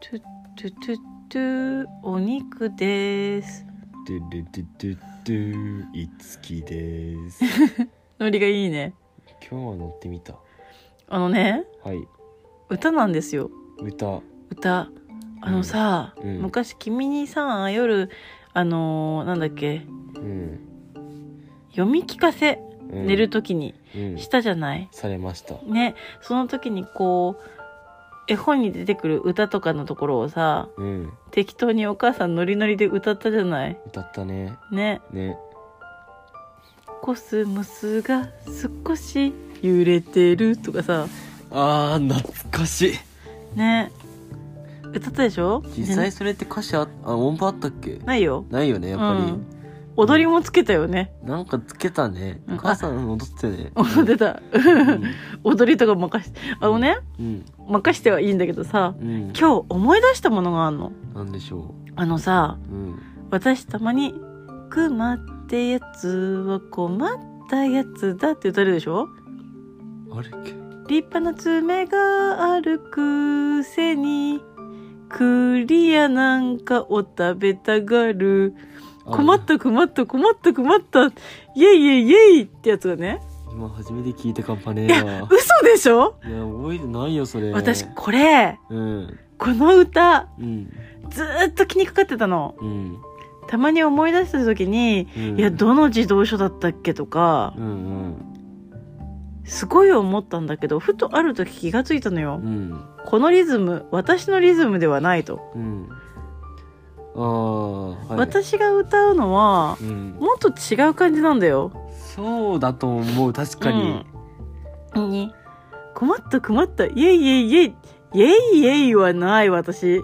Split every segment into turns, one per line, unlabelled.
トゥトゥトゥトゥお肉です
ドゥドゥドゥドゥドゥいつ きです。
ノリがいいね
今日は乗ってみた。
あのね
はい。
歌なんですよ
歌。
歌あのさ、
うんうん
昔君にさ夜あのーなんだっけ
うん。
読み聞かせ
うん
寝る。時に
うん。
したじゃない、
されました。
ねその時にこう絵本に出てくる歌とかのところをさ
うん。
適当にお母さんノリノリで歌ったじゃない
歌ったね。
ね
ね。
コスモスが少し揺れてるとかさ
あー、懐かしい。
ね歌ったでしょ
実
で
際それって歌詞あ、あ音符あったっけ
ないよ
ないよね、やっぱり。
うん踊りもつけたよね
なんかつけたね。
うん
お母さん踊って ね。
踊ってた
うん。
踊りとか任してあのね
うん。
任してはいいんだけどさ
うん。
今日思い出したものがあんの
なんでしょ
あのさ
う。うん。
私たまに「クマってやつは困ったやつだ」って歌えるでしょ
あれっけ
立派な爪があるくせにクリアなんかを食べたがる
あ
困った困った困った困ったイエイイエイイエイってやつがね
今初めて聞いたカンパネー
いや
だわ
嘘でしょ、
いや覚えてないよそれ
私これ
うん
この歌
うん
ずーっと気にかかってたの
うん
たまに思い出した時に
うん
いやどの児童書だったっけとか
うん
すごい思ったんだけどふとある時気がついたのよ
うんうん
このリズム私のリズムではないと、
うんああはい
私が歌うのは
うん
もっと違う感じなんだよ。
そうだと思う確かに
うんに困った困ったイエイイエイイエイイエイイエイはない私い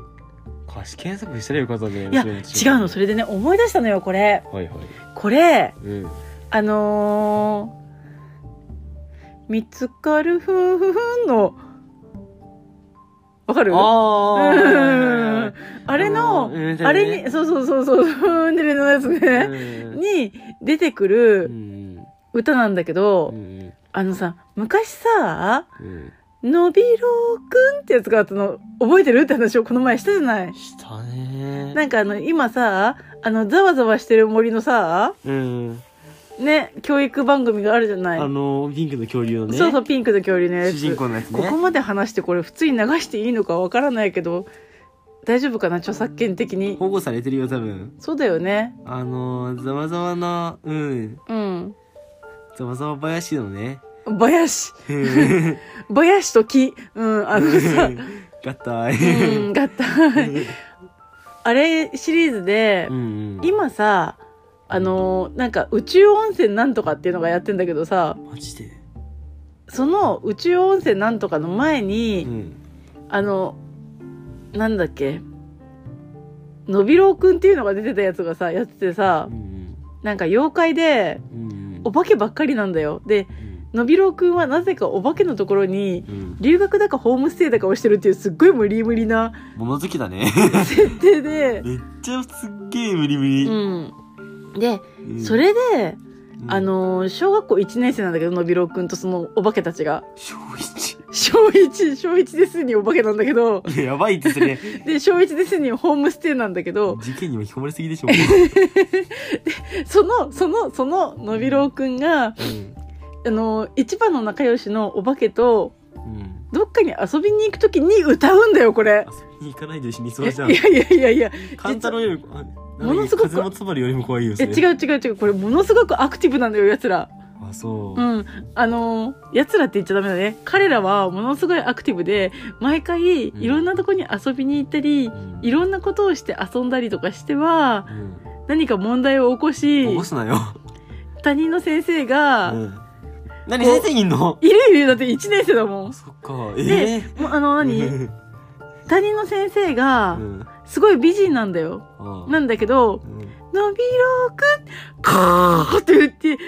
歌詞検索したらよかったね
や違うのそれでね思い出したのよこれ
はいはい
これ
うん
あのー、見つかるふんふんふんのわかる
あ
うん
ー
あれの、
うん
あれに、そうそうそうそう、ふーんでるのやつね、
うん
に出てく
う
る
ん
歌なんだけど、
うん
あのさ、昔さ、
うん
のびろーくんってやつがあったの、覚えてるって話をこの前したじゃない
したね
なんかあの、今さ、あの、ざわざわしてる森のさ、
うん
ね、教育番組があるじゃない、
あのピンクの恐竜のね
そうそう、ピンクの恐竜のやつ。
主人公のやつね
ここまで話してこれ普通に流していいのかわからないけど、大丈夫かな著作権的に。
保護されてるよ多分
そうだよね。
あのーざわざわなうん
うん。
ざわざわ林のね
林。林と木。うん、あのさ、
ガタイ
うん、合体。あれシリーズで
う、んうん
今さ、あのーなんか宇宙温泉なんとかっていうのがやってんだけどさ、
マジで
その宇宙温泉なんとかの前
う
に、
ん
あの、なんだっけ、のびろうくんっていうのが出てたやつがさ、やっててさ
う、ん
なんか妖怪で、
うんうん
お化けばっかりなんだよ。で、のびろうくんはなぜかお化けのところに、
うん
留学だかホームステイだかをしてるっていうすっごい無理無理な
物好きだね
設定で、
めっちゃすっげえ無理無
う
理
ん、で、
うん
それで、
うん
あのー小学校1年生なんだけどのびろうくんとそのお化けたちが
小一
小1小1ですにお化けなんだけど
やばいってそれ
で小1ですにホームステイなんだけど
事件に巻き込まれすぎで しょ
そのそのそののびろうくんが、
うん
あのー一番の仲良しのお化けと
うん
どっかに遊びに行く時に歌うんだよこれ。
遊びに行かないで死に
い
そうじゃ
や
ん
いやいやいや
カンタロウよりあ
ものすごく
風のつまりよりも怖いよそ
え
れ
違う違う違うこれものすごくアクティブなんだよやつら。
あそう
うん、あのー、奴らって言っちゃダメだね。彼らはものすごいアクティブで、毎回い
ん
ろんなとこに遊びに行ったり、
うん
いろんなことをして遊んだりとかしては、
うん
何か問題を起こし
起、こすなよ。
他人の先生が、
うん何先生いんの
いるいるだって1年生だもん
あ。そっか。
で
ええ
もうあの何、
うん
他人の先生が
う、ん。あ
すごい美人なんだよ。
あ
なんだけど、
うん
のびろーくん、かーって言って、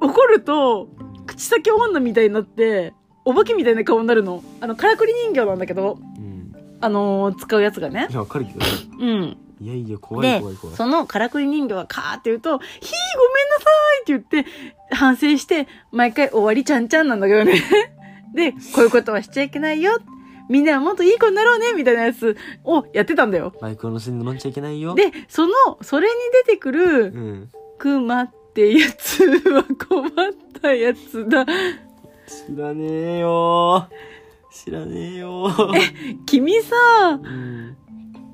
怒ると、口先女みたいになって、お化けみたいな顔になるの。あの、からくり人形なんだけど、
うん。
あのー使うやつがね
い。や、わかるけど。
うん。
いやいや、怖
で
い怖い怖い。
そのからくり人形がカーって言うと、ひーごめんなさいって言って、反 省して、毎回終わりちゃんちゃんなんだけどね。で、こういうことはしちゃいけないよ。みんなもっといい子になろうね、みたいなやつをやってたんだよ。
バイクを盗んで飲んじゃいけないよ。
で、その、それに出てくる
う、ん。
クマってやつは困ったやつだ。
知らねえよ知らねえよ
君さ、
うん。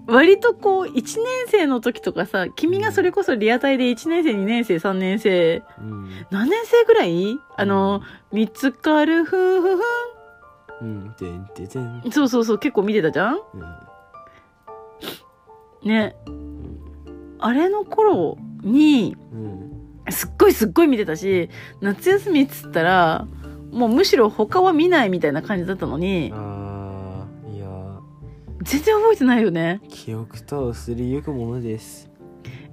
割とこう、1年生の時とかさ、君がそれこそリアタイで1年生、2年生、3年生、
うん。
何年生ぐらいあの、見つかる夫婦
うん。てんてんてん。
そうそうそう、結構見てたじゃんね。あれの頃に、
うん。
すっごいすっごい見てたし、夏休みっつったら、もうむしろ他は見ないみたいな感じだったのに
うん。、ああ、いや
全然覚えてないよね。
記憶とは薄れゆくものです。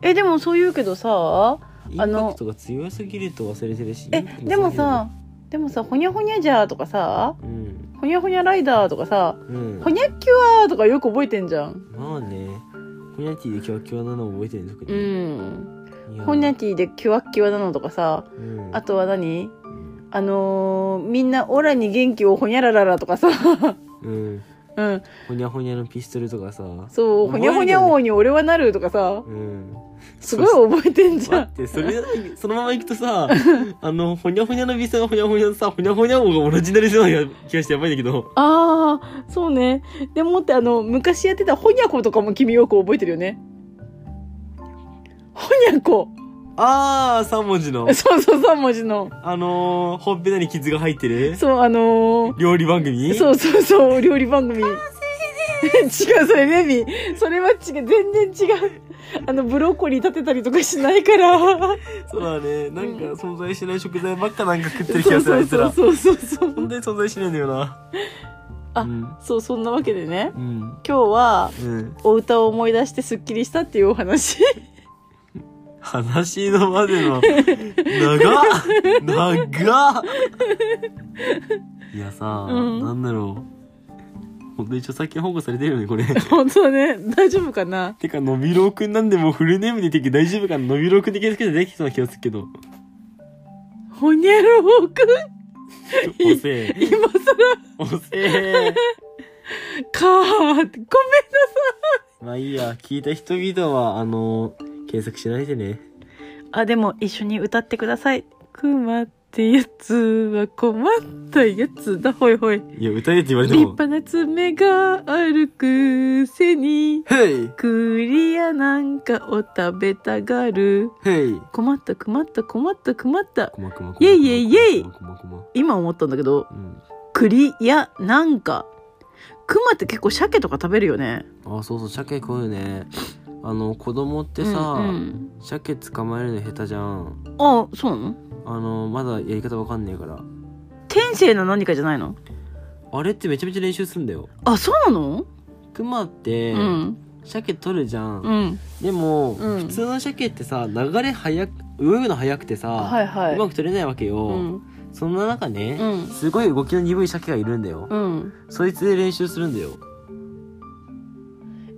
え、でもそう言うけどさ、
イン
あの
パクトが強すぎると忘れてるし。
え
インパク、ト
でもさ、でもさ、ほにゃほにゃじゃーとかさ、
強いよね、
ほにゃほにゃライダーとかさ、
うん。う
ほにゃっきゅわーとかよく覚えてんじゃん。
ん。まあね、ホニャティでキワキワなの覚えてる特
う
に。
ん。
いや
ほにゃきでキュワッキュワなのとかさ、
うん。
あとは何
うん。
あのー、みんなオラに元気をほにゃらららとかさ、
うん。
うん、
ほにゃほにゃのピストルとかさ。
そう、ほにゃほにゃ王に俺はなるとかさ、
うん。
すごい覚えてんじゃ
待っ
ん。
てそれそのまま行く とさあのほにゃほにゃのビスがほにゃほにゃのさほにゃほにゃ王がオリジナルじゃない気がしてやばいんだけど
ああ、そうね。でもって、あの、昔やってたほにゃことかも君よく覚えてるよね。ほにゃこ。
あー3文字の
そうそう、3文字の。
あのー、ほっぺたに傷が入ってる
そう、あの
料理番組
ー、そうそうそう、お料理番組。違う、 それね、ミ。それは違う、全然違う。あの、ブロッコリー立てたりとかしないから。
そうだねなんか
うん
存在しない食材ばっかなんか食って
そう
る気
そ
が
う
するあいつら
そうそうそう。
本当に存在しないんだよな
あ
うん
そう、そんなわけでね。
うん
今日は、
うん
お歌を思い出してスッキリしたっていうお話。
話のまでの長っ長っいやさ、
うん
なんだろう本当に著作権保護されてるよねこれ
本当ね、大丈夫かな
てか、のびろうくんなんでもうフルネームで言ってきて大丈夫かなのびろうくんで検索できそうな気がするけど。
ほにゃろうくん
おせえ。
今さ
おせ
ら
え。
かーごめんなさ
まあいいや、聞いた人々は、あの、検索しないでね。
いあでも一緒に歌ってくださいくまってやつは困ったやつだほいほい
いや、歌えって言われて
立
も。
派な爪が歩くせに
へい
クリアなんかを食べたがる
へい
困った困った困った困った
こまこまこま。
イェイイェイイェイ
こまこまこま。
今思ったんだけど
うん。
クリアなんかクマって結構鮭とか食べるよね
あ、そうそう、鮭食うよね。あの、子供ってさ、
うん
鮭捕まえるの下手じゃん。
うんあそうなの
あの、まだやり方わかんないから。
天性の何かじゃないの
あれってめちゃめちゃ練習すんだよ。
あそうなの、
クマって、
うん
鮭取るじゃん
うん
でも、
うん
普通の鮭ってさ流れ速く泳ぐの速くてさ、
はいはいう
まく取れないわけよ、
うん
そんな中ね、
うん
すごい動きの鈍い鮭がいるんだよ、
うん
そいつで練習するんだよ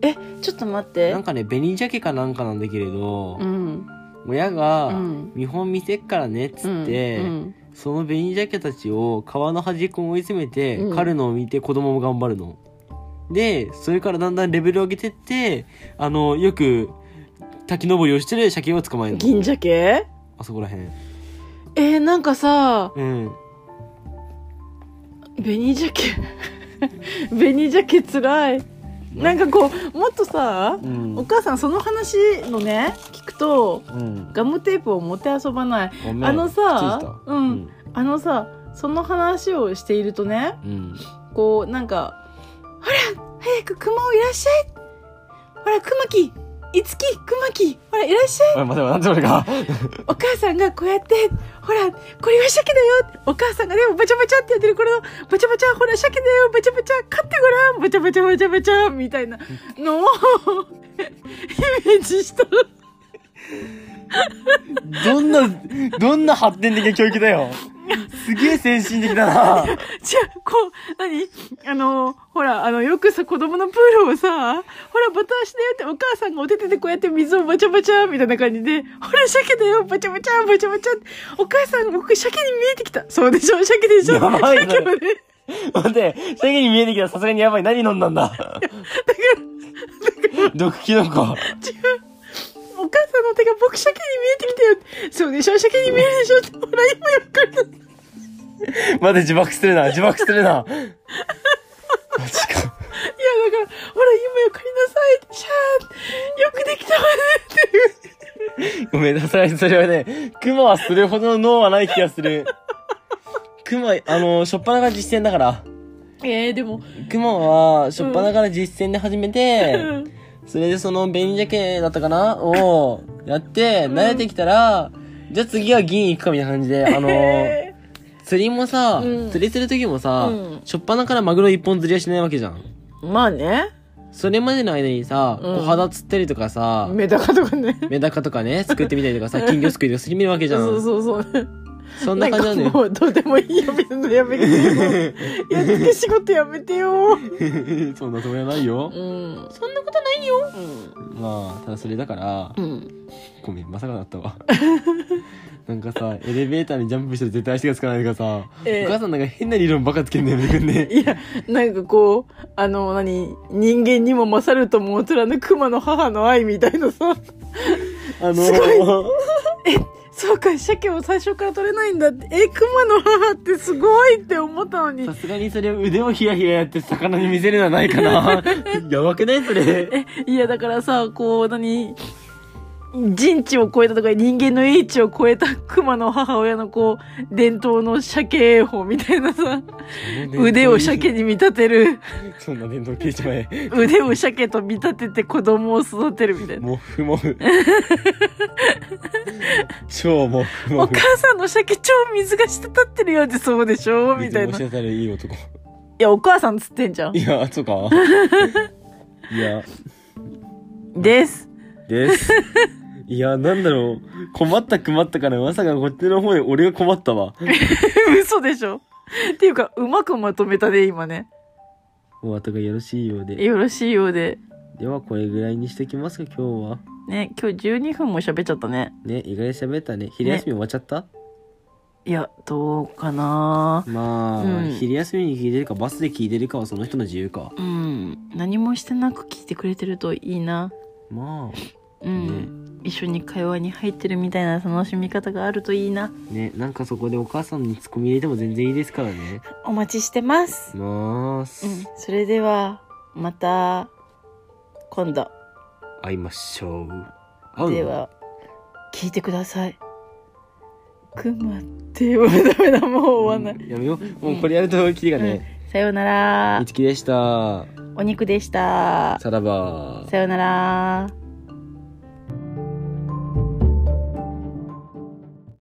えちょっと待って
なんかね紅鮭かなんかなんだけれど、
うん
親が、
うん
見本見せっからねっつって、
うん
その紅鮭たちを川の端っこに追い詰めて、
うん
狩るのを見て子供も頑張るの。でそれからだんだんレベルを上げてってあのよく滝登りをしてる鮭を捕まえ
う
る
ん、
の
銀鮭
あそこらへん
えー、なんかさ
うん
紅鮭 紅鮭つらいなんかこうもっとさ
うん
お母さんその話のね聞くと
うん
ガムテープを持て遊ばない
ごめん
あのさ
気づいた
うんあのさその話をしているとね
うん
こうなんか「ほら早く熊をいらっしゃい!」「ほら熊木いつき熊木ほらいらっしゃい!
おい待て待て何で俺が」
お母さんがこうやって「ほらこれは鮭だよ!」お母さんがでもバチャバチャってやってる頃バチャバチャほら鮭だよバチャバチャ勝ってごらんバチャバチャバチャバチャ」みたいなのをイメージした
どんなどんな発展的な教育だよすげえ先進的だな
じゃあ、こう、何あの、ほら、あの、よくさ、子供のプールをさ、ほら、バタ足だよって、お母さんがお手手でこうやって水をバチャバチャみたいな感じで、ほら、鮭だよ、バチャバチャ、バチャバチャってお母さん、僕、鮭に見えてきた。そうでしょ、鮭でしょ、
やばいな
鮭だね。
待って、正義に見えてきたらさすがにやばい。何飲んだん だ毒キノ
お
コ。
母さんの手が僕鮭に見えてきたよってそうでしょ鮭に見えるでしょってほら今よくわかる
待って、自爆するな、自爆するな。マジ
い
か。
やだからほら今よくりなさいシャーよくできたわねっていう
ごめんなさい、それはね、クマはそれほどの脳はない気がする。クマ、あの、初っ端が実践だから。
えー、でも、
クマは、初っ端から実践で始めて、
うん
それでその紅鮭だったかなをやって、慣れてきたら、じゃあ次は銀行くかみたいな感じで、あの、
え
釣りもさ、
うん
釣りする時もさ、
うん
初っ端からマグロ一本釣りはしないわけじゃん。
ーまあね
それまでの間にさ、
うん
小肌釣ったりとかさ、
メダカとかね
メダカとかね、すくってみたりとかさ、金魚すくいとかすり見るわけじゃん。
そうそうそう
そんな感じなの
んかも
よ。
うどうでもいいよみんなやめてよやっつけ仕事やめてよ
そんなつもりはないよ。
うんそんなことないよう
まあ、ただそれだから、
ん、うん、
ごめん、まさかだったわ。なんかさ、エレベーターにジャンプしたら絶対足がつかないとかさ、
ええ
お母さんなんか変な理論ばっかつけんだよね、く んね。
いやなんかこうあの何人間にも勝るとも劣らぬ熊の母の愛みたいなさ
あのー、
すごそうか鮭を最初から取れないんだってえ熊の母ってすごいって思ったのに
さすがにそれを腕をヒヤヒヤやって魚に見せるのはないかな。 やばくないそれ。
いやだからさこう何人知を超えたとか人間の英知を超えた熊の母親のこう伝統の鮭泳法みたいなさ腕を鮭。に見立てる
そんな伝統消えちまえ。
腕を鮭と見立てて子供を育てるみたいな
もふもふ。超もふ も
お
ふ。
母さんの鮭超水が滴ってるよってそうでしょみたいない
見て申し当たるいい男。
やお母さんつってんじゃん
いや、そうか。いや、
です
です。いや、なんだろう。困った困ったから、まさかこっちの方で俺が困ったわ。
嘘でしょっていうかうまくまとめたで今ね
お後がよろしいようで。
よろしいようで
では、これぐらいにしてきますか、今日は。
ね今日12分も喋っちゃったね
ね、意外に喋ったね。昼休み終わっちゃった、
いやどうかな
まあ、
うん
昼休みに聞いてるかバスで聞いてるかはその人の自由か
うん何もしてなく聞いてくれてるといいな
ま
うん、一緒に会話に入ってるみたいな楽しみ方があるといいな
あねなんかそこでお母さんにツッコミ入れても全然いいですからね
お待ちしてます
まあす、
うんそれではまた今度
会いましょう会うの
では聞いてくださいくまってもうダメだもう終わんない、
やめようもうこれやるとキリがね、
さようなら
いつきでした
お肉でした
さらば
さようなら。